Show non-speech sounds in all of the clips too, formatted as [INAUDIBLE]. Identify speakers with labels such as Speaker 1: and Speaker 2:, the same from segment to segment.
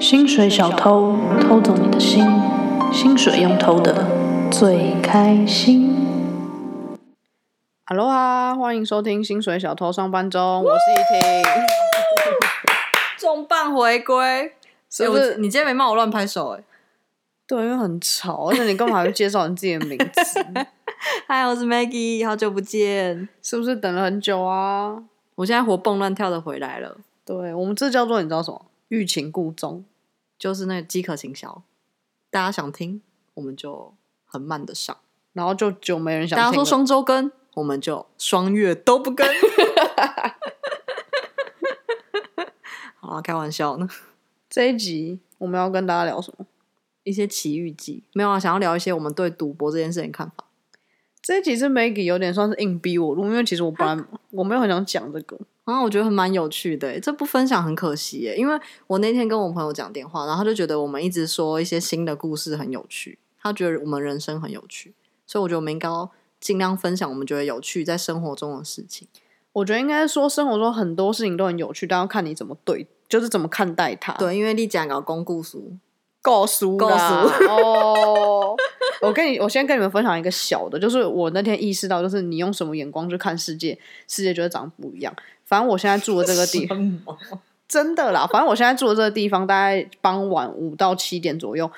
Speaker 1: 薪水小偷偷走你的心，薪水用偷的最开心。Hello 哈，欢迎收听《薪水小偷上班中》，我是怡婷。
Speaker 2: 重磅回归。
Speaker 1: 是不
Speaker 2: 欸
Speaker 1: 是
Speaker 2: 我你今天没骂我乱拍手哎、
Speaker 1: 对，因为很吵，而且你干嘛要介绍你自己的名
Speaker 2: [LAUGHS]
Speaker 1: 字？
Speaker 2: 嗨，我是 Maggie，好久不见。
Speaker 1: 是不是等了很久啊？
Speaker 2: 我现在活蹦乱跳的回来了，
Speaker 1: 对我们这叫做你知道什么？欲擒故纵。
Speaker 2: 就是那个饥渴行销，大家想听我们就很慢的上，
Speaker 1: 然后就久没人想
Speaker 2: 大家
Speaker 1: 听
Speaker 2: 说
Speaker 1: 了
Speaker 2: 双周更，我们就双月都不更。 [LAUGHS] 好啊，开玩笑呢。
Speaker 1: 这一集我们要跟大家聊什么？
Speaker 2: 一些奇遇记没有啊，想要聊一些我们对赌博这件事情的看法。
Speaker 1: 这一集是 Maggie 有点算是硬逼我录，因为其实我本
Speaker 2: 啊
Speaker 1: 来我没有很想讲这个。
Speaker 2: 然后我觉得很蛮有趣的耶，欸这不分享很可惜耶，因为我那天跟我朋友讲电话，然后他就觉得我们一直说一些新的故事很有趣，他觉得我们人生很有趣，所以我觉得我们应该要尽量分享我们觉得有趣在生活中的事情。
Speaker 1: 我觉得应该说，生活中很多事情都很有趣，但要看你怎么对，就是怎么看待它。，
Speaker 2: 对，因为丽讲搞公故俗，
Speaker 1: 够俗
Speaker 2: 够
Speaker 1: 啦，哦。 [LAUGHS] 我跟你，我先跟你们分享一个小的，就是我那天意识到，就是你用什么眼光去看世界，世界就会长得不一样。反正我现在住的这个
Speaker 2: [LAUGHS]
Speaker 1: 地，真的啦，反正我现在住的这个地方，大概傍晚五到七点左右，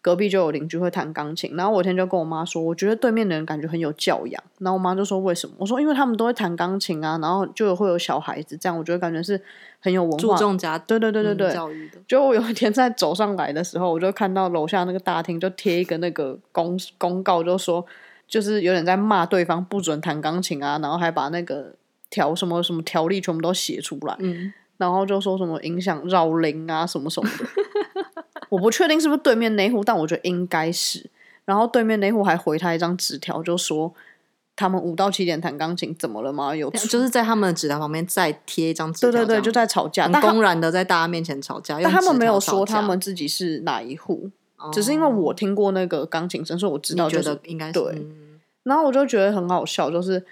Speaker 1: 隔壁就有邻居会弹钢琴。然后我那天就跟我妈说，我觉得对面的人感觉很有教养。然后我妈就说为什么？我说因为他们都会弹钢琴啊，然后就会有小孩子这样，我觉得感觉是很有文化。
Speaker 2: 注重家
Speaker 1: 对对对对对，
Speaker 2: 嗯教育的，
Speaker 1: 就我有一天在走上来的时候，我就看到楼下那个大厅就贴一个那个公公告，就说就是有点在骂对方不准弹钢琴啊，然后还把那个条什么什么条例全部都写出来，
Speaker 2: 嗯，
Speaker 1: 然后就说什么影响绕铃啊什么什么的。我不确定是不是对面那户，但我觉得应该是。然后对面那户还回他一张纸条，就说他们五到七点弹钢琴怎么了吗？有
Speaker 2: 就是在他们的纸条旁边再贴一张纸
Speaker 1: 对
Speaker 2: 条，
Speaker 1: 对对，就
Speaker 2: 这样
Speaker 1: 在吵架，
Speaker 2: 很
Speaker 1: 但他
Speaker 2: 公然的在大家面前吵架，
Speaker 1: 但他们
Speaker 2: 用纸条
Speaker 1: 没有
Speaker 2: 吵
Speaker 1: 说他
Speaker 2: 架
Speaker 1: 们自己是哪一户，
Speaker 2: 哦
Speaker 1: 只是因为我听过那个钢琴声，所以我知
Speaker 2: 你
Speaker 1: 道就
Speaker 2: 觉
Speaker 1: 是
Speaker 2: 得。应该是
Speaker 1: 对
Speaker 2: 嗯
Speaker 1: 然后我就觉得很好笑，就是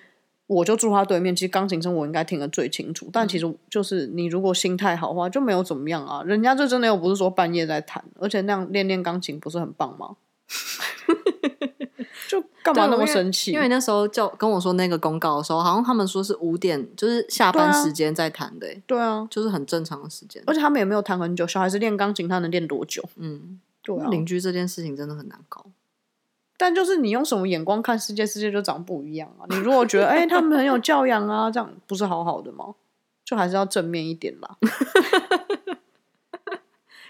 Speaker 1: 我就住他对面，其实钢琴声我应该听得最清楚。
Speaker 2: 嗯
Speaker 1: 但其实就是你如果心态好的话，就没有怎么样啊。人家就真的又不是说半夜在弹，而且那样练练钢琴不是很棒吗？ [LAUGHS] 就干嘛
Speaker 2: 对
Speaker 1: 那么
Speaker 2: 因为
Speaker 1: 生气？
Speaker 2: 因为那时候叫跟我说那个公告的时候，好像他们说是五点，就是下班
Speaker 1: 对啊
Speaker 2: 时间在谈的欸、
Speaker 1: 对啊，
Speaker 2: 就是很正常的时间。
Speaker 1: 而且他们也没有弹很久，小孩子练钢琴他能练多久？
Speaker 2: 嗯，
Speaker 1: 对啊，
Speaker 2: 邻居这件事情真的很难搞。
Speaker 1: 但就是你用什么眼光看世界，世界就长不一样啊。你如果
Speaker 2: [LAUGHS]
Speaker 1: 觉得哎、他们很有教养啊，这样不是好好的吗？就还是要正面一点啦。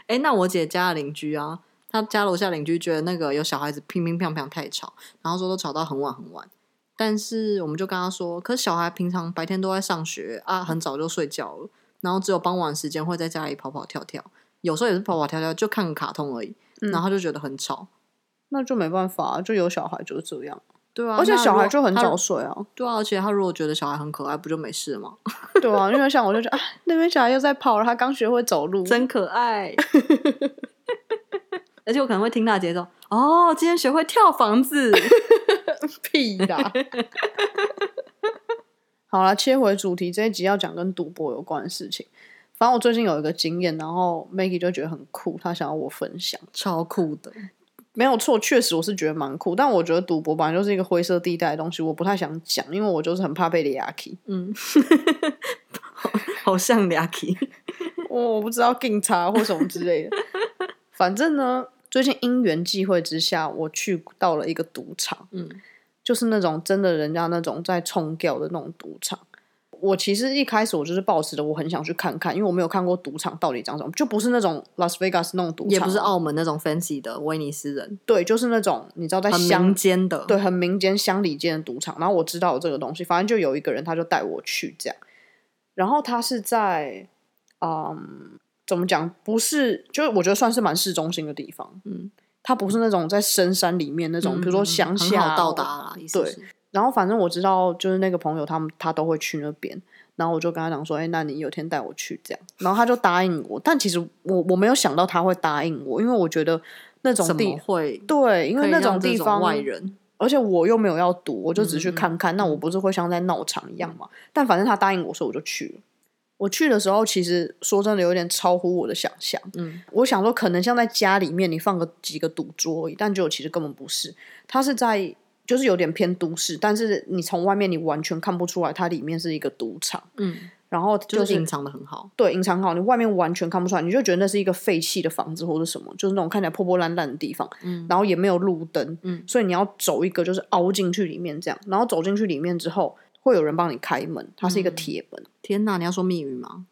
Speaker 2: 哎、那我姐家的邻居啊，她家楼下邻居觉得那个有小孩子乒乒乓乓太吵，然后说都吵到很晚很晚。但是我们就跟她说，可是小孩平常白天都在上学啊，很早就睡觉了，然后只有傍晚时间会在家里跑跑跳跳，有时候也是跑跑跳跳，就看个卡通而已。
Speaker 1: 嗯
Speaker 2: 然后她就觉得很吵，
Speaker 1: 那就没办法、啊，就有小孩就是这样，
Speaker 2: 对啊，
Speaker 1: 而且
Speaker 2: 那
Speaker 1: 小
Speaker 2: 如
Speaker 1: 孩
Speaker 2: 果
Speaker 1: 就很
Speaker 2: 她
Speaker 1: 早睡啊， [LAUGHS]
Speaker 2: 对啊，而且他如果觉得小孩很可爱，不就没事了吗？
Speaker 1: 对啊，因为像我就觉得啊，那边小孩又在跑了，他刚学会走路，
Speaker 2: [LAUGHS] 真可 [LAUGHS] 爱。而且我可能会听他的节奏，哦，今天学会跳房子，
Speaker 1: 屁啦。 [LAUGHS] 好啦，切回主题，这一集要讲跟赌博有关的事情。反正我最近有一个经验，然后 Maggie 就觉得很酷，她想要我分享。
Speaker 2: 超酷的。
Speaker 1: 没有错，确实我是觉得蛮酷，但我觉得赌博本来就是一个灰色地带的东西，我不太想讲，因为我就是很怕被雷压起。
Speaker 2: 嗯， [LAUGHS] 好像 Lucky，
Speaker 1: 我我不知道警察或什么之
Speaker 2: [LAUGHS]
Speaker 1: 类的。反正呢，最近因缘际会之下，我去到了一个赌场，
Speaker 2: 嗯，
Speaker 1: 就是那种真的人家那种在冲掉的那种赌场。我其实一开始我就是抱持的，我很想去看看，因为我没有看过赌场到底长什么，就不是那种 Las Vegas 那种赌场，啊
Speaker 2: 也不是澳门那种 fancy 的威尼斯人，
Speaker 1: 对，就是那种你知道在
Speaker 2: 很
Speaker 1: 乡
Speaker 2: 民间的，
Speaker 1: 对，，很民间乡里间的赌场。然后我知道有这个东西，反正就有一个人他就带我去这样。然后他是在，嗯，怎么讲？不是，就是我觉得算是蛮市中心的地方。
Speaker 2: 嗯，
Speaker 1: 它不是那种在深山里面那种，比如说乡
Speaker 2: 很
Speaker 1: 下
Speaker 2: 好到达。啦，意思
Speaker 1: 对
Speaker 2: 是
Speaker 1: 然后反正我知道，就是那个朋友他们他都会去那边。然后我就跟他讲说，哎、那你有天带我去这样。然后他就答应我，但其实我我没有想到他会答应我，因为我觉得那种
Speaker 2: 怎么
Speaker 1: 地。
Speaker 2: 会？
Speaker 1: 对，因为那
Speaker 2: 种
Speaker 1: 地方
Speaker 2: 外人，
Speaker 1: 而且我又没有要
Speaker 2: 嗯
Speaker 1: 赌，我就只去看看，那我不是会像在闹场一样嘛？但反正他答应我说，我就去了。我去的时候，其实说真的有点超乎我的想象。
Speaker 2: 嗯，
Speaker 1: 我想说，可能像在家里面你放个几个赌桌而已，但就其实根本不是，它是在就是有点偏都市，但是你从外面你完全看不出来它里面是一个赌场，
Speaker 2: 嗯，
Speaker 1: 然后就
Speaker 2: 就是
Speaker 1: 是
Speaker 2: 隐藏的很好。
Speaker 1: 对，隐藏好，你外面完全看不出来，你就觉得那是一个废弃的房子或者什么，就是那种看起来破破烂烂的地方，
Speaker 2: 嗯
Speaker 1: 然后也没有路灯，
Speaker 2: 嗯
Speaker 1: 所以你要走一个就是凹进去里面这样，然后走进去里面之后，会有人帮你开门，它是一个
Speaker 2: 嗯
Speaker 1: 铁门，
Speaker 2: 天哪，你要说密语吗？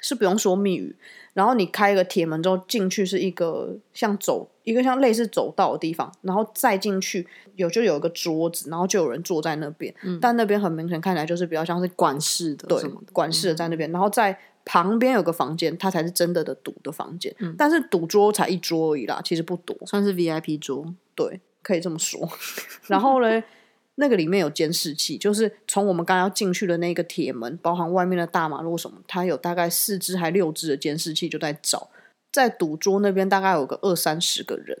Speaker 1: 是不用说密语，然后你开一个铁门之后进去是一个像走一个像类似走道的地方，然后再进去有就有一个桌子，然后就有人坐在那边，
Speaker 2: 嗯
Speaker 1: 但那边很明显看起来就是比较像是
Speaker 2: 管事的
Speaker 1: 对
Speaker 2: 什么的，
Speaker 1: 管事的在那边，然后在旁边有个房间，它才是真的的赌的房间，
Speaker 2: 嗯
Speaker 1: 但是赌桌才一桌而已啦，其实不多，
Speaker 2: 算是 VIP 桌。
Speaker 1: 对，可以这么说。 [LAUGHS] 然后嘞，那个里面有监视器，就是从我们刚刚要进去的那个铁门，包含外面的大马路什么，它有大概四只还六只的监视器就在找，在赌桌那边大概有个二三十个人。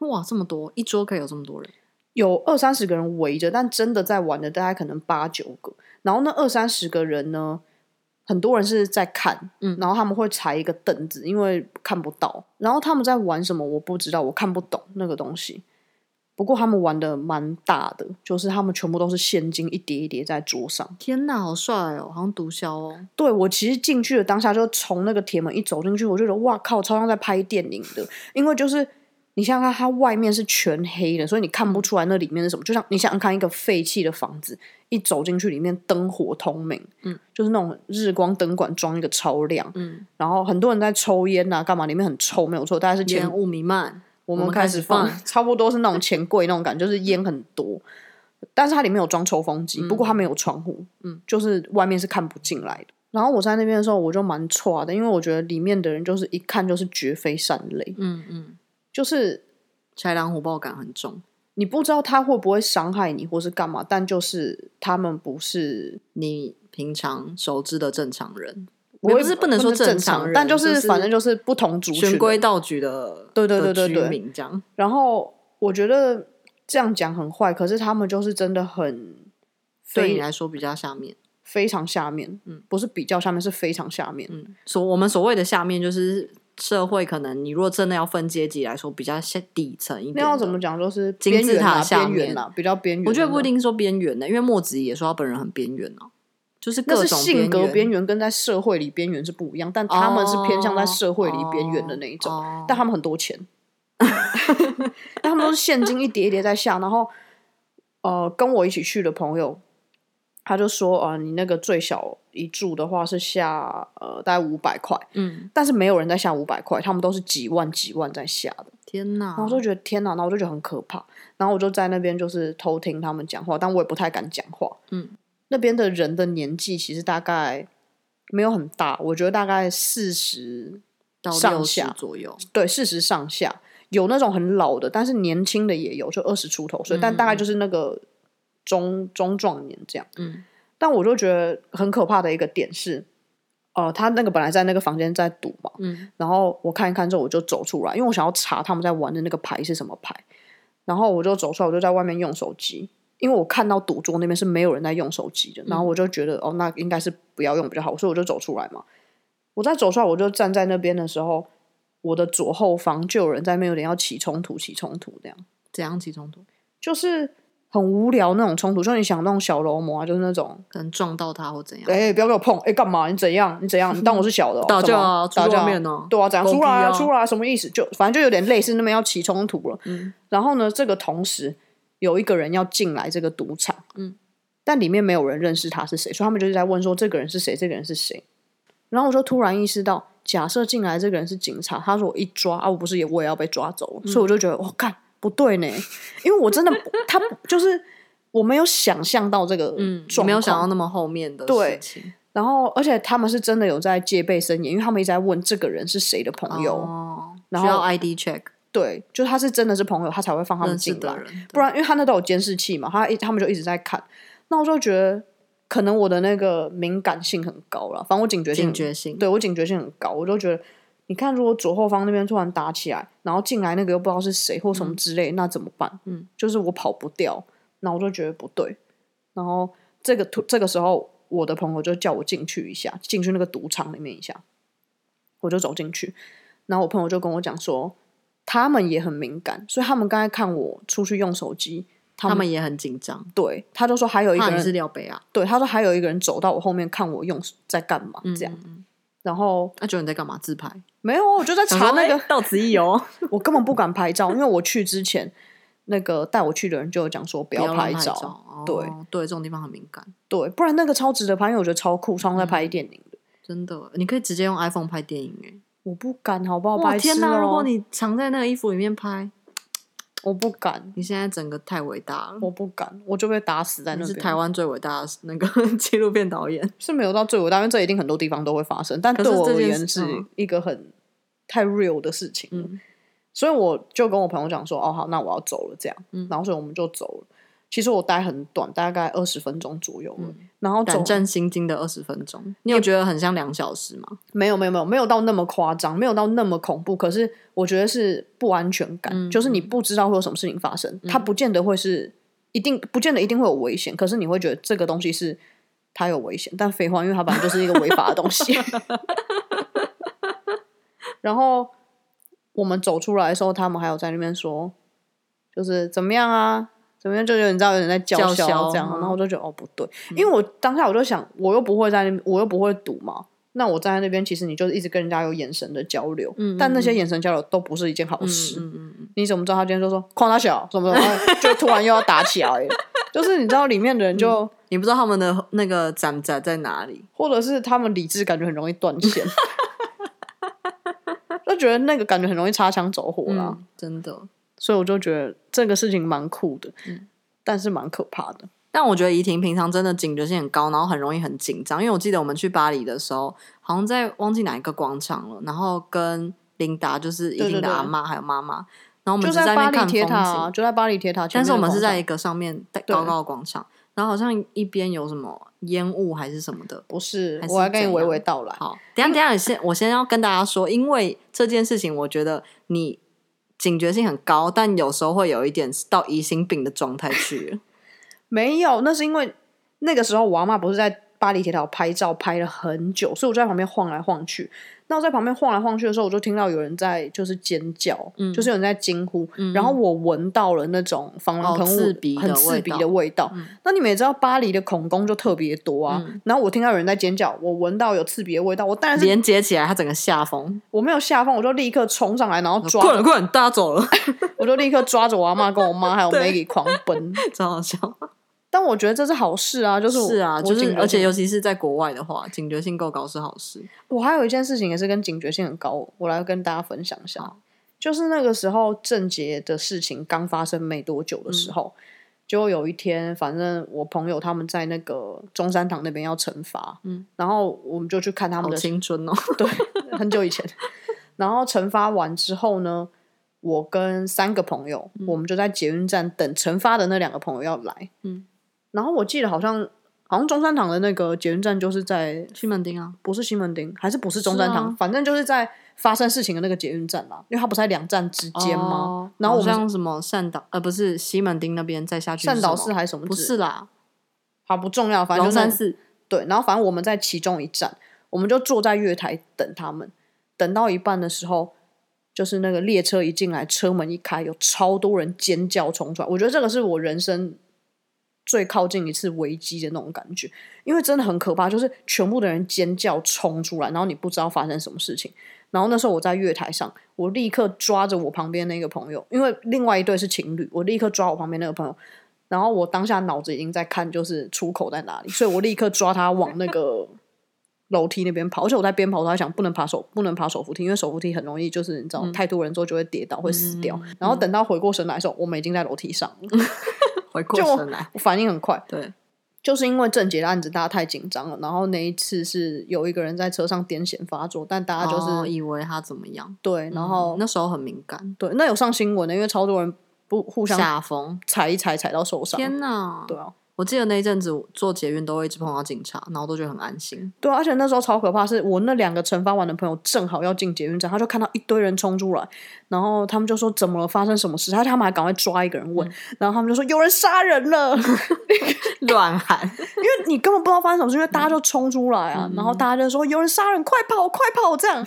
Speaker 2: 哇，这么多，一桌可以有这么多人，
Speaker 1: 有二三十个人围着，但真的在玩的大概可能八九个。然后那二三十个人呢，很多人是在看，
Speaker 2: 嗯
Speaker 1: 然后他们会踩一个凳子，因为看不到。然后他们在玩什么，我不知道，我看不懂那个东西。不过他们玩的蛮大的，就是他们全部都是现金一叠一叠在桌上。
Speaker 2: 天哪，好帅哦，好像毒枭哦。
Speaker 1: 对我其实进去的当下，就从那个铁门一走进去，我就觉得哇靠，超像在拍电影的，因为就是。你想想看，它外面是全黑的，所以你看不出来那里面是什么。就像你想想看，一个废弃的房子，一走进去里面灯火通明，
Speaker 2: 嗯，
Speaker 1: 就是那种日光灯管装一个超亮，
Speaker 2: 嗯，
Speaker 1: 然后很多人在抽烟呐、干嘛，里面很臭，没有错。大概是前
Speaker 2: 烟雾弥漫，
Speaker 1: 我
Speaker 2: 我
Speaker 1: 们
Speaker 2: 们
Speaker 1: 开
Speaker 2: 开
Speaker 1: 始
Speaker 2: 始
Speaker 1: 放，
Speaker 2: 放
Speaker 1: 差不多是那种钱柜那种感觉，就是烟很多，但是它里面有装抽风机，不过它没有窗户，
Speaker 2: 嗯，
Speaker 1: 就是外面是看不进来的。然后我在那边的时候，我就蛮歘的，因为我觉得里面的人就是一看就是绝非善类，
Speaker 2: 嗯嗯，
Speaker 1: 就是
Speaker 2: 豺狼虎豹感很重。
Speaker 1: 你不知道他会不会伤害你或是干嘛，但就是他们不是，
Speaker 2: 你平常熟知的正常人，
Speaker 1: 我
Speaker 2: 也
Speaker 1: 也
Speaker 2: 不是不能说
Speaker 1: 正
Speaker 2: 正常人
Speaker 1: 但就是
Speaker 2: 就是
Speaker 1: 反正就是不同族群
Speaker 2: 循
Speaker 1: 的
Speaker 2: 规蹈矩的，
Speaker 1: 对对对
Speaker 2: 的
Speaker 1: 对对
Speaker 2: 居民这样。
Speaker 1: 然后我觉得这样讲很坏，可是他们就是真的很
Speaker 2: 对
Speaker 1: 非
Speaker 2: 你来说比较下面，
Speaker 1: 非常下面，
Speaker 2: 嗯
Speaker 1: 不是比较下面，是非常下面。
Speaker 2: 嗯，所我们所谓的下面就是社会，可能你如果真的要分阶级来说，比较下底层一点。
Speaker 1: 那要怎么？讲？就是
Speaker 2: 金
Speaker 1: 边
Speaker 2: 字
Speaker 1: 缘
Speaker 2: 塔
Speaker 1: 啦，
Speaker 2: 下
Speaker 1: 边缘
Speaker 2: 面
Speaker 1: 啦，比较边缘。
Speaker 2: 我觉得不一，定说边缘呢，因为墨子怡也说他本人很边缘哦，就是
Speaker 1: 那
Speaker 2: 各
Speaker 1: 是
Speaker 2: 种
Speaker 1: 性格边
Speaker 2: 缘，
Speaker 1: 缘跟在社会里边缘是不一样，但他们是偏向在社会里边缘的那一种，
Speaker 2: 哦
Speaker 1: 但他们很多钱， [LAUGHS] 但他们都是现金一叠一叠在下。然后，呃，跟我一起去的朋友。他就说，呃，你那个最小一注的话是下呃大概五百块，
Speaker 2: 嗯，
Speaker 1: 但是没有人在下五百块，他们都是几万几万在下的。
Speaker 2: 天哪！
Speaker 1: 然后我就觉得天哪，然后我就觉得很可怕，然后我就在那边就是偷听他们讲话，但我也不太敢讲话。
Speaker 2: 嗯，
Speaker 1: 那边的人的年纪其实大概没有很大，我觉得大概四十，
Speaker 2: 到
Speaker 1: 上
Speaker 2: 六十
Speaker 1: 下
Speaker 2: 左右，
Speaker 1: 对，四十上下，有那种很老的，但是年轻的也有，就二十出头岁，但大概就是那个中中壮年这样。
Speaker 2: 嗯
Speaker 1: 但我就觉得很可怕的一个点是，呃，他那个本来在那个房间在赌嘛，
Speaker 2: 嗯，
Speaker 1: 然后我看一看之后，我就走出来，因为我想要查他们在玩的那个牌是什么牌。然后我就走出来，我就在外面用手机，因为我看到赌桌那边是没有人在用手机的。然
Speaker 2: 嗯
Speaker 1: 后我就觉得，哦，那应该是不要用比较好，所以我就走出来嘛。我在走出来，我就站在那边的时候，我的左后方就有人在那边有点要起冲突，起冲突这样，
Speaker 2: 怎样起冲突？
Speaker 1: 就是很无聊那种冲突，就你想那种小楼模啊，就是那种，
Speaker 2: 可能撞到他或怎样？
Speaker 1: 哎、不要给我碰，哎、干嘛？你怎样？你怎样？你当我是小的、哦？
Speaker 2: [LAUGHS] 打
Speaker 1: 怎
Speaker 2: 架
Speaker 1: 么
Speaker 2: 啊，
Speaker 1: 打
Speaker 2: 出
Speaker 1: 架
Speaker 2: 外
Speaker 1: 啊
Speaker 2: 面哦，
Speaker 1: 对啊，讲
Speaker 2: 狗
Speaker 1: 出
Speaker 2: 屁
Speaker 1: 来啊，
Speaker 2: 啊
Speaker 1: 出来啊，什么意思？就反正就有点类似那边要起冲突了。
Speaker 2: 嗯，
Speaker 1: 然后呢，这个同时有一个人要进来这个赌场，
Speaker 2: 嗯，
Speaker 1: 但里面没有人认识他是谁，所以他们就是在问说这个人是谁，这个人是谁。然后我就突然意识到，假设进来这个人是警察，他说我一抓啊，我不是也我也要被抓走
Speaker 2: 嗯
Speaker 1: 了，所以我就觉得我干、不对呢，因为我真的不他不就是我没有想象到这个
Speaker 2: 嗯，
Speaker 1: 状况，
Speaker 2: 没有想到那么后面的
Speaker 1: 对
Speaker 2: 事情。
Speaker 1: 然后，而且他们是真的有在戒备森严，因为他们一直在问这个人是谁的朋友。
Speaker 2: 哦
Speaker 1: 然
Speaker 2: 需要
Speaker 1: 后
Speaker 2: ID check
Speaker 1: 对，就他是真的是朋友，他才会放他们
Speaker 2: 认识
Speaker 1: 进来。
Speaker 2: 的人，
Speaker 1: 不然，因为他那都有监视器嘛，他一他们就一直在看。那我就觉得，可能我的那个敏感性很高了，反正我警觉性
Speaker 2: 警
Speaker 1: 很
Speaker 2: 觉性。
Speaker 1: 对我警觉性很高，我就觉得，你看，如果左后方那边突然打起来，然后进来那个又不知道是谁或什么之类，那怎么办？
Speaker 2: 嗯，
Speaker 1: 就是我跑不掉，那我就觉得不对。然后这个突这个时候，我的朋友就叫我进去一下，进去那个赌场里面一下，我就走进去，然后我朋友就跟我讲说，他们也很敏感，所以他们刚才看我出去用手机，他
Speaker 2: 他
Speaker 1: 们
Speaker 2: 们也很紧张，
Speaker 1: 对他就说还有一个
Speaker 2: 怕你
Speaker 1: 人
Speaker 2: 是廖北啊，
Speaker 1: 对，他说还有一个人走到我后面看我用在干嘛
Speaker 2: 嗯
Speaker 1: 这样，然后
Speaker 2: 那觉得你在干嘛？自拍？
Speaker 1: 没有啊，我就在 [LAUGHS] 查那
Speaker 2: 想说
Speaker 1: 个
Speaker 2: 哎， [LAUGHS] 到此一游，
Speaker 1: 我根本不敢拍照，因为我去之前那个带我去的人就有讲说不
Speaker 2: 不
Speaker 1: 要
Speaker 2: 要
Speaker 1: 拍
Speaker 2: 乱
Speaker 1: 照，
Speaker 2: 照
Speaker 1: 对
Speaker 2: 哦对，这种地方很敏感，
Speaker 1: 对，不然那个超值得拍，因为我觉得超酷，
Speaker 2: 嗯
Speaker 1: 超像在拍电影的，
Speaker 2: 真的，你可以直接用 iPhone 拍电影哎。
Speaker 1: 我不敢，好不好？
Speaker 2: 哇
Speaker 1: 白
Speaker 2: 天
Speaker 1: 痴
Speaker 2: 如
Speaker 1: 哦
Speaker 2: 果你藏在那个衣服里面拍，
Speaker 1: 我不敢，
Speaker 2: 你现在整个太伟大了。
Speaker 1: 我不敢，我就被打死在那
Speaker 2: 你
Speaker 1: 边。
Speaker 2: 是台湾最伟大的那个 [LAUGHS] 纪录片导演，
Speaker 1: 是没有到最伟大，因为这一定很多地方都会发生，但
Speaker 2: 可
Speaker 1: 对
Speaker 2: 是
Speaker 1: 我
Speaker 2: 这
Speaker 1: 而
Speaker 2: 件
Speaker 1: 言
Speaker 2: 事
Speaker 1: 是
Speaker 2: 嗯
Speaker 1: 一个很太 real 的事情。
Speaker 2: 嗯，
Speaker 1: 所以我就跟我朋友讲说，哦好，那我要走了这样，
Speaker 2: 嗯
Speaker 1: 然后所以我们就走了。其实我待很短，大概二十分钟左右了。
Speaker 2: 嗯
Speaker 1: 然后走
Speaker 2: 胆战心惊的二十分钟，你有觉得很像两小时吗？
Speaker 1: 没有没有没有没有到那么夸张，没有到那么恐怖，可是我觉得是不安全感，就是你不知道会有什么事情发生，它不见得会是一定，不见得一定会有危险，可是你会觉得这个东西是它有危险，但废话，因为它本来就是一个违法的东
Speaker 2: [LAUGHS]
Speaker 1: 西。然后我们走出来的时候，他们还有在那边说，就是怎么样啊，怎么样，就有你知道有人在叫嚣
Speaker 2: 叫嚣
Speaker 1: 这样，
Speaker 2: 嗯
Speaker 1: 然后我就觉得哦不对，因为我当下我就想，我又不会在那边，我又不会赌嘛。那我站在那边，其实你就是一直跟人家有眼神的交流，但那些眼神交流都不是一件好事。
Speaker 2: 嗯嗯嗯，
Speaker 1: 你怎么知道他今天就说框他小什么什么，就突然又要打起来了？就是你知道里面的人就，
Speaker 2: 你不知道他们的那个展展在哪里，
Speaker 1: 或者是他们理智感觉很容易断线，就觉得那个感觉很容易擦枪走火啦。
Speaker 2: 嗯，真的。
Speaker 1: 所以我就觉得这个事情蛮酷的，
Speaker 2: 嗯
Speaker 1: 但是蛮可怕的。
Speaker 2: 但我觉得怡婷平常真的警觉性很高，然后很容易很紧张。因为我记得我们去巴黎的时候，好像在忘记哪一个广场了，然后跟琳达就是怡婷
Speaker 1: 对对
Speaker 2: 的
Speaker 1: 对
Speaker 2: 阿妈还有妈妈，然后我们
Speaker 1: 就
Speaker 2: 只是在那
Speaker 1: 巴
Speaker 2: 边
Speaker 1: 黎
Speaker 2: 看
Speaker 1: 铁
Speaker 2: 风
Speaker 1: 塔啊、
Speaker 2: 景，
Speaker 1: 就在巴黎铁塔前
Speaker 2: 但
Speaker 1: 面
Speaker 2: 是
Speaker 1: 的
Speaker 2: 我
Speaker 1: 广场，
Speaker 2: 们是在一个上面高高的广场，然后好像一边有什么烟雾还是什么的。
Speaker 1: 不是
Speaker 2: 还，是
Speaker 1: 我要跟你
Speaker 2: 怎
Speaker 1: 娓
Speaker 2: 样
Speaker 1: 娓道来。
Speaker 2: 好，等一下等一下，先我先要跟大家说，因为这件事情，我觉得你警觉性很高，但有时候会有一点到疑心病的状态去了。
Speaker 1: 没有，那是因为那个时候我阿妈不是在巴黎铁塔拍照拍了很久，所以我就在旁边晃来晃去。那我在旁边晃来晃去的时候，我就听到有人在就是尖叫，
Speaker 2: 嗯
Speaker 1: 就是有人在惊呼，然后我闻到了那种防
Speaker 2: 哦
Speaker 1: 狼喷雾、
Speaker 2: 刺鼻的
Speaker 1: 很刺
Speaker 2: 味
Speaker 1: 鼻
Speaker 2: 道嗯
Speaker 1: 的味道。那你们也知道巴黎的恐攻就特别多啊，然后我听到有人在尖叫，我闻到有刺鼻的味道，我当然是
Speaker 2: 连接起来，他整个下风，
Speaker 1: 我没有下放，我就立刻冲上来，然后抓，
Speaker 2: 呃困了困了，大家走
Speaker 1: [LAUGHS]
Speaker 2: 了，
Speaker 1: 我就立刻抓着我阿妈跟我妈还有
Speaker 2: 对
Speaker 1: Maggie 狂奔。 [LAUGHS]
Speaker 2: 超好笑。
Speaker 1: 但我觉得这是好事啊，就是我
Speaker 2: 是啊，
Speaker 1: 我
Speaker 2: 就
Speaker 1: 警
Speaker 2: 是
Speaker 1: 觉
Speaker 2: 而且
Speaker 1: 性
Speaker 2: 尤其是在国外的话，警觉性够高是好事。
Speaker 1: 我还有一件事情也是跟警觉性很高，我来跟大家分享一下。就是那个时候郑捷的事情刚发生没多久的
Speaker 2: 嗯
Speaker 1: 时候，就有一天，反正我朋友他们在那个中山堂那边要惩罚，嗯，然后我们就去看他们
Speaker 2: 好
Speaker 1: 的
Speaker 2: 青春哦，
Speaker 1: 对， [LAUGHS] 很久以
Speaker 2: [LAUGHS]
Speaker 1: 前。然后惩罚完之后呢，我跟三个朋友，我们就在捷运站等惩罚的那两个朋友要来，
Speaker 2: 嗯，
Speaker 1: 然后我记得好像好像中山堂的那个捷运站就是在
Speaker 2: 西门町啊，
Speaker 1: 不是西门町，还是不是中山堂？
Speaker 2: 是啊
Speaker 1: 反正就是在发生事情的那个捷运站啦，因为它不是在两站之间吗？
Speaker 2: 哦
Speaker 1: 然后我
Speaker 2: 好
Speaker 1: 们
Speaker 2: 像什么善导，呃，不是西门町那边再下去是
Speaker 1: 善导
Speaker 2: 什
Speaker 1: 寺
Speaker 2: 么
Speaker 1: 还是什么？
Speaker 2: 不，是啦，
Speaker 1: 好不重要，反正
Speaker 2: 龙
Speaker 1: 就是
Speaker 2: 山寺
Speaker 1: 对。然后反正我们在其中一站，我们就坐在月台等他们。等到一半的时候，就是那个列车一进来，车门一开，有超多人尖叫冲出来。我觉得这个是我人生最靠近一次危机的那种感觉，因为真的很可怕，就是全部的人尖叫冲出来，然后你不知道发生什么事情。然后那时候我在月台上，我立刻抓着我旁边那个朋友，因为另外一对是情侣，我立刻抓我旁边那个朋友。然后我当下脑子已经在看就是出口在哪里，所以我立刻抓他往那
Speaker 2: [LAUGHS]
Speaker 1: 个楼梯那边跑。而且我在边跑，我还想不能爬手不能爬手扶梯，因为手扶梯很容易就是你知道、
Speaker 2: 嗯
Speaker 1: 太多人之后就会跌倒会死掉。然后等到回过神来的时候，我们已经在楼梯上了，
Speaker 2: 回过
Speaker 1: 就我
Speaker 2: 神来，
Speaker 1: 我反应很快。
Speaker 2: 对，
Speaker 1: 就是因为郑杰的案子大家太紧张了，然后那一次是有一个人在车上癫痫发作，但大家就是、
Speaker 2: 哦嗯以为他怎么样，
Speaker 1: 对，然后、
Speaker 2: 那时候很敏感，
Speaker 1: 对那有上新闻的，因为超多人不互相
Speaker 2: 下风，
Speaker 1: 踩一踩踩到受伤，
Speaker 2: 天哪，
Speaker 1: 对啊，
Speaker 2: 我记得那一阵子做捷运都会一直碰到警察，然后都觉得很安心。
Speaker 1: 对啊、而且那时候超可怕，是我那两个城方玩的朋友正好要进捷运站，他就看到一堆人冲出来，然后他们就说怎么了，发生什么事？他他们还赶快抓一个人问，然后他们就说有人杀人了，因
Speaker 2: 乱喊，
Speaker 1: 为你根本不知道发生什么事，因为大家就冲出来啊，然后大家就说有人杀人，快跑，快跑！这样，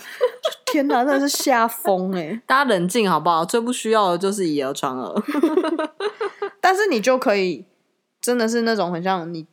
Speaker 1: 天哪，真的是吓疯哎、
Speaker 2: 大家冷静好不好？最不需要的就是以讹传讹。
Speaker 1: 但是你就可以，真的是那种很像你，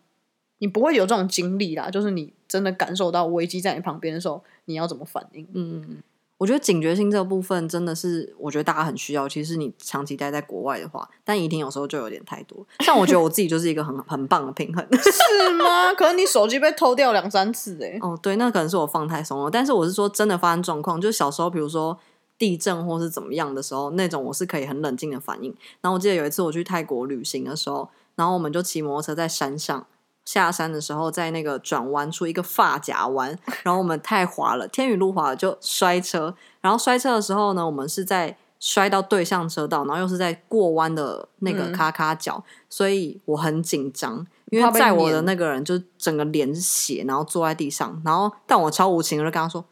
Speaker 1: 你不会有这种经历啦，就是你真的感受到危机在你旁边的时候，你要怎么反应？
Speaker 2: 嗯，我觉得警觉性这部分真的是，我觉得大家很需要。其实你长期待在国外的话，但一定有时候就有点太多。像我觉得我自己就是一个很很棒的平衡。
Speaker 1: 是吗？可是你手机被偷掉两三次哎、
Speaker 2: 哦，对，那可能是我放太松了。但是我是说，真的发生状况，就是小时候，比如说地震或是怎么样的时候，那种我是可以很冷静的反应。然后我记得有一次我去泰国旅行的时候，然后我们就骑摩托车在山上。下山的时候，在那个转弯处一个发夹弯，然后我们太滑了，天雨路滑了就摔车。然后摔车的时候呢，我们是在摔到对向车道，然后又是在过弯的那个
Speaker 1: 嗯
Speaker 2: 咔咔角，所以我很紧张，因
Speaker 1: 怕
Speaker 2: 为
Speaker 1: 被
Speaker 2: 在我的
Speaker 1: 碾
Speaker 2: 那个人就整个脸是血，然后坐在地上，然后但我超无情，我就跟他说：“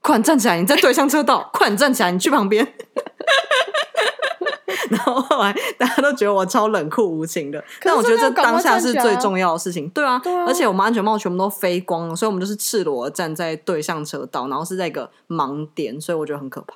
Speaker 2: 快点站起来，你在对向车道， [LAUGHS] 快点站起来，你去旁边。” [LAUGHS] 然后后来大家都觉得我超冷酷无情的，
Speaker 1: 可是
Speaker 2: 但我觉得这
Speaker 1: 真的要赶
Speaker 2: 当
Speaker 1: 快
Speaker 2: 下
Speaker 1: 站
Speaker 2: 是
Speaker 1: 起来啊
Speaker 2: 最重要的事情，对啊，
Speaker 1: 对啊
Speaker 2: 而且我们安全帽全部都飞光了，所以我们就是赤裸地站在对向车道，然后是在一个盲点，所以我觉得很可怕。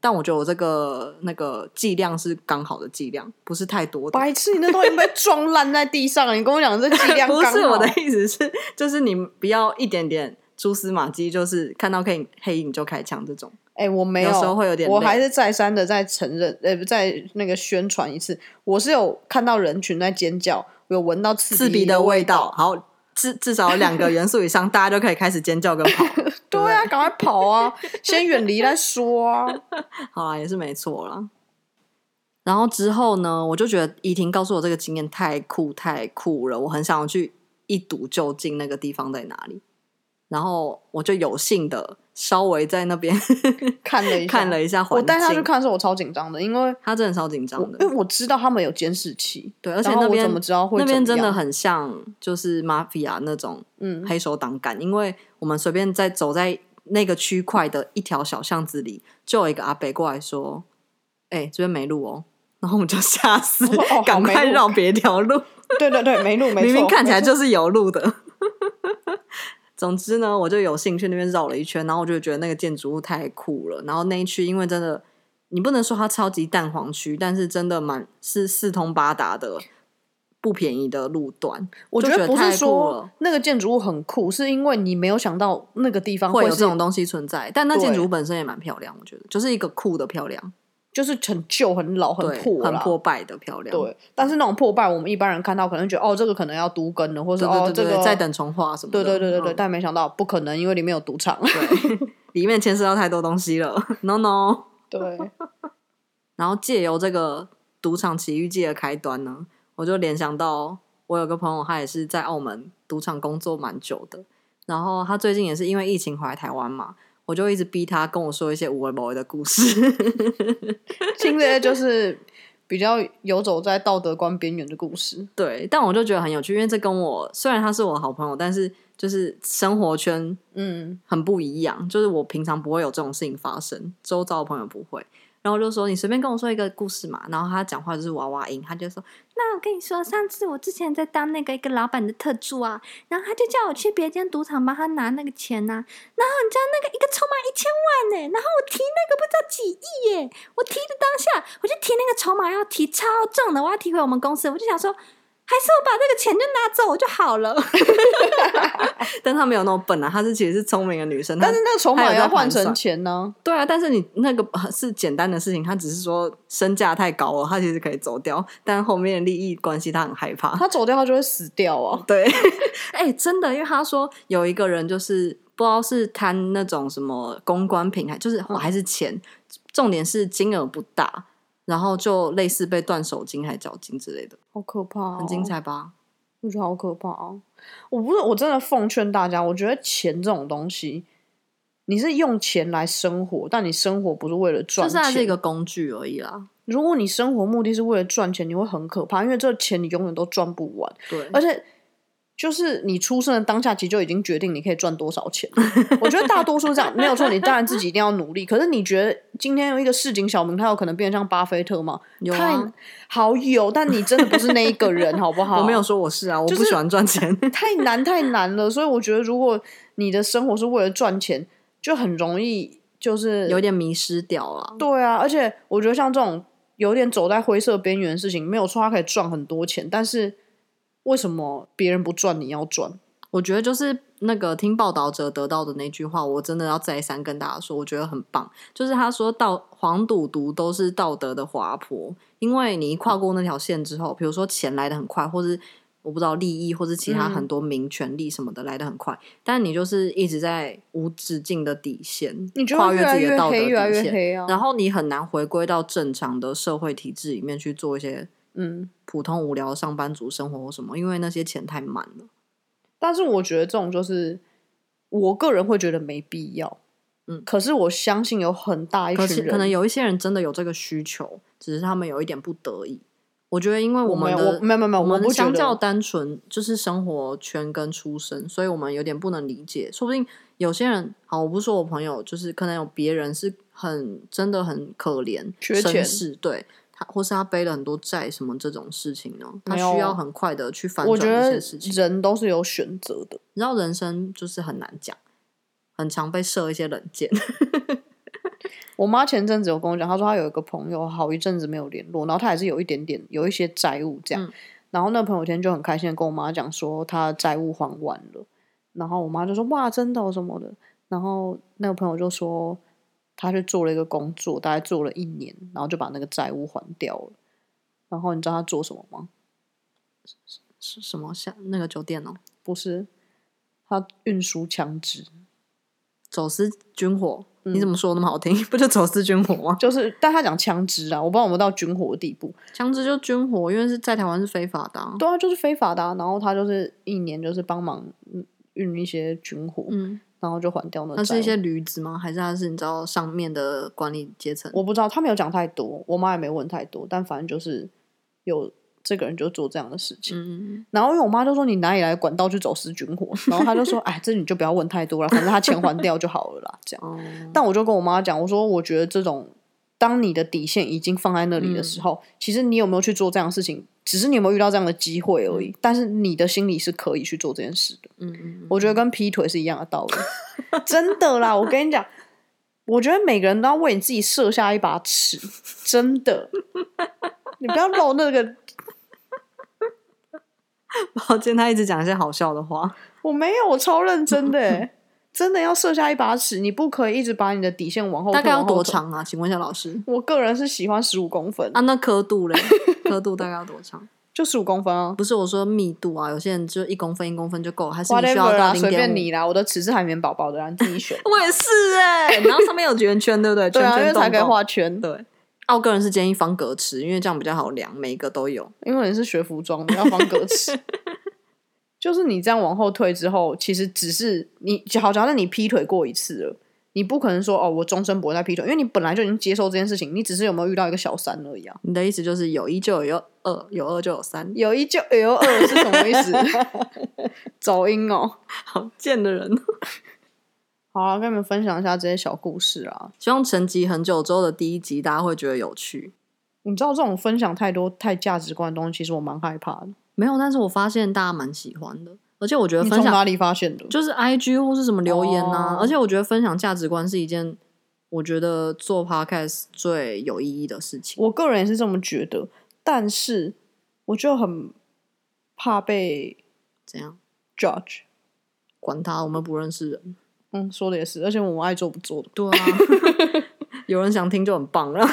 Speaker 2: 但我觉得我这个那个剂量是刚好的剂量，不是太多的。
Speaker 1: 白痴，你那都已经被撞烂在地上了。你跟我讲这剂量
Speaker 2: [LAUGHS] 不
Speaker 1: 刚
Speaker 2: 是
Speaker 1: 好
Speaker 2: 我的意思是， [LAUGHS] 就是你不要一点点蛛丝马迹，就是看到可以黑影就开枪这种。
Speaker 1: 哎、我没有，
Speaker 2: 有时候会有点累
Speaker 1: 我还是再三的在承认，呃，不在那个宣传一次，我是有看到人群在尖叫，有闻到刺
Speaker 2: 刺鼻
Speaker 1: 鼻
Speaker 2: 的
Speaker 1: 味
Speaker 2: 味道，好，至至少有两个元素以上，大家就可以开始尖叫跟
Speaker 1: [LAUGHS]
Speaker 2: 跑。
Speaker 1: 对啊，赶快跑
Speaker 2: [LAUGHS]
Speaker 1: 啊，先远离再说啊。
Speaker 2: 好啦，也是没错啦。然后之后呢，我就觉得怡婷告诉我这个经验太酷太酷了，我很想要去一睹究竟那个地方在哪里。然后我就有幸的稍微在那边 [LAUGHS]
Speaker 1: 看了一下，
Speaker 2: 看了一下环
Speaker 1: 我
Speaker 2: 境，
Speaker 1: 带他去，看的时候，我超紧张的，因为
Speaker 2: 他真的超紧张
Speaker 1: 我
Speaker 2: 的，
Speaker 1: 因为我知道他们有监视器，
Speaker 2: 对，而且
Speaker 1: 然后
Speaker 2: 那
Speaker 1: 我
Speaker 2: 边
Speaker 1: 怎么知道会
Speaker 2: 那边
Speaker 1: 怎
Speaker 2: 真
Speaker 1: 么
Speaker 2: 的
Speaker 1: 样
Speaker 2: 很像就是马菲亚那种
Speaker 1: 嗯，
Speaker 2: 黑手党感，因为我们随便在走在那个区块的一条小巷子里，就有一个阿北过来说：“哎、这边没路哦。”然后我们就吓死
Speaker 1: 我说哦好，
Speaker 2: 赶、快
Speaker 1: 没路
Speaker 2: 绕别条路，
Speaker 1: 对对对，没录没错，
Speaker 2: 明明看起来
Speaker 1: 没错
Speaker 2: 就是有路的。总之呢，我就有兴趣那边绕了一圈，然后我就觉得那个建筑物太酷了。然后那一区因为真的，你不能说它超级蛋黄区，但是真的蛮是四通八达的，不便宜的路段。
Speaker 1: 我
Speaker 2: 就
Speaker 1: 觉
Speaker 2: 觉
Speaker 1: 得不
Speaker 2: 太
Speaker 1: 是
Speaker 2: 酷
Speaker 1: 说
Speaker 2: 了
Speaker 1: 那个建筑物很酷，是因为你没有想到那个地方
Speaker 2: 会有
Speaker 1: 是
Speaker 2: 这种东西存在，但那
Speaker 1: 对
Speaker 2: 建筑物本身也蛮漂亮，我觉得就是一个酷的漂亮，
Speaker 1: 就是很旧、很老、很
Speaker 2: 对，
Speaker 1: 破、
Speaker 2: 很破。败的漂亮，
Speaker 1: 对，但是那种破败，我们一般人看到可能觉得哦，这个可能要都更了，或者
Speaker 2: 对，
Speaker 1: 是
Speaker 2: 对
Speaker 1: 哦
Speaker 2: 对
Speaker 1: 这
Speaker 2: 对
Speaker 1: 个
Speaker 2: 对，在。等重画什么的，
Speaker 1: 对对对对对，
Speaker 2: 嗯
Speaker 1: 但没想到不可能，因为里面有赌
Speaker 2: [LAUGHS]
Speaker 1: 场。
Speaker 2: 对，里面牵涉到太多东西了 [LAUGHS] ，no no。
Speaker 1: 对，
Speaker 2: 然后借由这个赌场奇遇记的开端呢，我就联想到我有个朋友，他也是在澳门赌场工作蛮久的，然后他最近也是因为疫情回来台湾嘛，我就一直逼他跟我说一些无为不为的故事。 [LAUGHS]
Speaker 1: 听着就是比较游走在道德观边缘的故事。
Speaker 2: 对，但我就觉得很有趣，因为这跟我虽然他是我的好朋友，但是就是生活圈
Speaker 1: 嗯，
Speaker 2: 很不一样，就是我平常不会有这种事情发生，周遭的朋友不会。然后我就说你随便跟我说一个故事嘛，然后他讲话就是娃娃音，他就说
Speaker 3: 那我跟你说，上次我之前在当那个一个老板的特助啊，然后他就叫我去别间赌场帮他拿那个钱呐、然后你知道那个一个筹码一千万呢、然后我提那个不知道几亿耶、我提的当下我就提那个筹码要提超重的，我要提回我们公司，我就想说，还是我把这个钱就拿走就好了。
Speaker 2: 但她没有那么笨啊，她是其实是聪明的女生，她
Speaker 1: 但是那个筹码
Speaker 2: 还有在
Speaker 1: 要换
Speaker 2: 盘算
Speaker 1: 成钱呢、
Speaker 2: 对啊，但是你那个 [LAUGHS] 呃是简单的事情，她只是说身价太高了，她其实可以走掉，但后面的利益关系她很害怕。
Speaker 1: 他走掉他就会死掉啊。
Speaker 2: 对， [LAUGHS] 哎、真的，因为他说有一个人就是不知道是贪那种什么公关品还就是我还是钱，重点是金额不大，然后就类似被断手筋还脚筋之类的，
Speaker 1: 好可怕、哦，
Speaker 2: 很精，彩吧？
Speaker 1: 我觉得好可怕哦！我不是，我真的奉劝大家，我觉得钱这种东西，你是用钱来生活，但你生活不是为了赚
Speaker 2: 就是
Speaker 1: 钱，
Speaker 2: 它是一个工具而已啦，
Speaker 1: 如果你生活目的是为了赚钱，你会很可怕，因为这钱你永远都赚不完。
Speaker 2: 对，
Speaker 1: 而且就是你出生的当下，其实就已经决定你可以赚多少钱。我觉得大多数这样没有错，你当然自己一定要努力。可是你觉得今天有一个市井小民，他有可能变得像巴菲特吗？
Speaker 2: 有
Speaker 1: 太
Speaker 2: 啊，
Speaker 1: 好有，但你真的不是那一个人，好不好？
Speaker 2: [LAUGHS] 我没有说我是啊，我
Speaker 1: 就
Speaker 2: 不
Speaker 1: 是
Speaker 2: 喜欢赚钱。
Speaker 1: 太难太难了。所以我觉得，如果你的生活是为了赚钱，就很容易就是
Speaker 2: [LAUGHS] 有点迷失掉了。
Speaker 1: 对啊，而且我觉得像这种有点走在灰色边缘的事情，没有错，他可以赚很多钱，但是为什么别人不赚，你要赚？
Speaker 2: 我觉得就是那个听报道者得到的那句话，我真的要再三跟大家说，我觉得很棒。就是他说道黄赌毒都是道德的滑坡，因为你一跨过那条线之后，比如说钱来的很快，或是我不知道利益，或是其他
Speaker 1: 嗯
Speaker 2: 很多名权利什么的来的很快，但你就是一直在无止境的底线，
Speaker 1: 你就
Speaker 2: 跨
Speaker 1: 会
Speaker 2: 越
Speaker 1: 越来
Speaker 2: 自己的
Speaker 1: 越
Speaker 2: 道德
Speaker 1: 黑，
Speaker 2: 底
Speaker 1: 越来越
Speaker 2: 线，
Speaker 1: 黑啊！
Speaker 2: 然后你很难回归到正常的社会体制里面去做一些
Speaker 1: 嗯，
Speaker 2: 普通无聊上班族生活或什么，因为那些钱太慢了。
Speaker 1: 但是我觉得这种就是我个人会觉得没必要。
Speaker 2: 嗯
Speaker 1: 可是我相信有很大一
Speaker 2: 可
Speaker 1: 群
Speaker 2: 是
Speaker 1: 人，
Speaker 2: 可能有一些人真的有这个需求，只是他们有一点不得已。我觉得，因为
Speaker 1: 我没
Speaker 2: 们
Speaker 1: 有
Speaker 2: 的
Speaker 1: 我没有没有没有
Speaker 2: 我
Speaker 1: 我
Speaker 2: 们
Speaker 1: 不觉
Speaker 2: 相
Speaker 1: 得
Speaker 2: 较单纯，就是生活圈跟出身，所以我们有点不能理解。说不定有些人，好，我不是说我朋友，就是可能有别人是很真的很可怜，
Speaker 1: 缺钱
Speaker 2: 是对他，或是他背了很多债什么这种事情呢，他
Speaker 1: 没有啊
Speaker 2: 需要很快的去反
Speaker 1: 我
Speaker 2: 转
Speaker 1: 觉
Speaker 2: 一
Speaker 1: 得
Speaker 2: 些事情。
Speaker 1: 人都是有选择的。
Speaker 2: 你知道，人生就是很难讲，很常被射一些冷箭。 [LAUGHS]
Speaker 1: 我妈前阵子有跟我讲，她说她有一个朋友好一阵子没有联络，然后她也是有一点点有一些债务这样。
Speaker 2: 嗯
Speaker 1: 然后那个朋友天就很开心的跟我妈讲说，她债务还完了。然后我妈就说哇，真的、哦、什么的。然后那个朋友就说，他去做了一个工作，大概做了一年，然后就把那个债务还掉了。然后你知道他做什么吗？
Speaker 2: 是什么？像那个酒店哦、
Speaker 1: 不是，他运输枪支，
Speaker 2: 走私军火，
Speaker 1: 嗯
Speaker 2: 你怎么说那么好听？ [LAUGHS] 不就走私军火吗？
Speaker 1: 就是但他讲枪支啊，我不知道有没有到军火的地步。
Speaker 2: 枪支就军火，因为是在台湾是非法的、啊。
Speaker 1: 对啊，就是非法的、啊。然后他就是一年就是帮忙嗯运一些军火，
Speaker 2: 嗯，
Speaker 1: 然后就还掉那
Speaker 2: 那
Speaker 1: 债务。
Speaker 2: 是一些驴子吗？还是它是你知道上面的管理阶 [LAUGHS] 层？
Speaker 1: 我不知道，他没有讲太多，我妈也没问太多，但反正就是有这个人就做这样的事情。
Speaker 2: 嗯，
Speaker 1: 然后因为我妈就说你哪里来的管道去走私军火，然后她就说 [LAUGHS] 哎，这你就不要问太多了，反正他钱还掉就好了啦，这样。
Speaker 2: 哦，
Speaker 1: 但我就跟我妈讲，我说我觉得这种，当你的底线已经放在那里的
Speaker 2: 嗯
Speaker 1: 时候，其实你有没有去做这样的事情，只是你有没有遇到这样的机会而已。但是你的心里是可以去做这件事的。
Speaker 2: 嗯嗯，
Speaker 1: 我觉得跟劈腿是一样的道理，真的啦！我跟你讲，我觉得每个人都要为你自己设下一把尺，真
Speaker 2: [LAUGHS]
Speaker 1: 的，你不要露那个。
Speaker 2: 抱歉，他一直讲一些好笑的话。
Speaker 1: 我没有，我超认真的、欸，
Speaker 2: [LAUGHS]
Speaker 1: 真的要设下一把尺，你不可以一直把你的底线往后
Speaker 2: 大
Speaker 1: 退。
Speaker 2: 概要
Speaker 1: 往后
Speaker 2: 多
Speaker 1: 退？
Speaker 2: 长啊？ [LAUGHS] 请问一下老师
Speaker 1: 我个人是喜欢十五公分，
Speaker 2: 啊，那刻度嘞？刻度大概要多长？
Speaker 1: 就十五公分啊。
Speaker 2: 不是我说密度啊，有些人就一公分一公分就够了，还是你需
Speaker 1: whatever
Speaker 2: 要到
Speaker 1: 啦，
Speaker 2: 零
Speaker 1: 随
Speaker 2: 点
Speaker 1: 便
Speaker 2: 五？。
Speaker 1: 你啦，我的尺是海绵宝宝的啦，啊你自己选
Speaker 2: [LAUGHS] 我也是哎、然后上面有圆圈，对不
Speaker 1: [LAUGHS]
Speaker 2: 对？
Speaker 1: 对啊，
Speaker 2: 圈
Speaker 1: 因
Speaker 2: 圈
Speaker 1: 为
Speaker 2: 洞
Speaker 1: 才可以
Speaker 2: 洞
Speaker 1: 画圈，
Speaker 2: 对，啊我个人是建议方格尺，因为这样比较好量，每一个都有。
Speaker 1: 因为你是学服装的，要方格
Speaker 2: [LAUGHS]
Speaker 1: 尺。就是你这样往后退之后，其实只是你好像是你劈腿过一次了，你不可能说哦，我终身不会再劈腿，因为你本来就已经接受这件事情，你只是有没有遇到一个小三而已啊。
Speaker 2: 你的意思就是有一就有二，有二就有三，
Speaker 1: 有一就有二是什么意思？
Speaker 2: [LAUGHS]
Speaker 1: 走音哦。
Speaker 2: 好贱的人。 [LAUGHS]
Speaker 1: 好了，跟你们分享一下这些小故事啊。
Speaker 2: 希望沉寂很久之后的第一集，大家会觉得有趣。
Speaker 1: 你知道这种分享太多太价值观的东西，其实我蛮害怕的。
Speaker 2: 没有，但是我发现大家蛮喜欢的，而且我觉得
Speaker 1: 你
Speaker 2: 分
Speaker 1: 从
Speaker 2: 享
Speaker 1: 哪里发现的？
Speaker 2: 就是 I G 或是什么留言呐、
Speaker 1: 哦
Speaker 2: 而且我觉得分享价值观是一件我觉得做 podcast 最有意义的事情。
Speaker 1: 我个人也是这么觉得，但是我就很怕被
Speaker 2: 怎样？
Speaker 1: judge。
Speaker 2: 管他，我们不认识人。
Speaker 1: 嗯，说的也是，而且我爱做不做的。
Speaker 2: 对啊， [LAUGHS] 有人想听就很
Speaker 1: [LAUGHS]
Speaker 2: 棒了。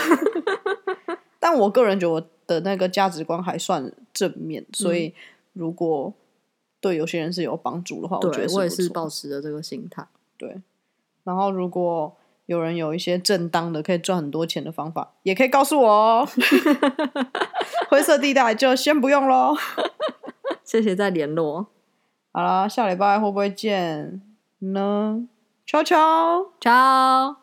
Speaker 1: 但我个人觉得我的那个价值观还算正面，所
Speaker 2: 嗯
Speaker 1: 以如果对有些人是有帮助的话，我觉
Speaker 2: 对
Speaker 1: 得
Speaker 2: 我也
Speaker 1: 是
Speaker 2: 是
Speaker 1: 不错
Speaker 2: 保持着这个心态。
Speaker 1: 对。然后如果有人有一些正当的可以赚很多钱的方法，也可以告诉我
Speaker 2: [LAUGHS]
Speaker 1: 哦。灰色地带就先不用喽。
Speaker 2: 谢谢再联络，
Speaker 1: 好啦，下礼拜会不会见呢？悄悄。
Speaker 2: ciao。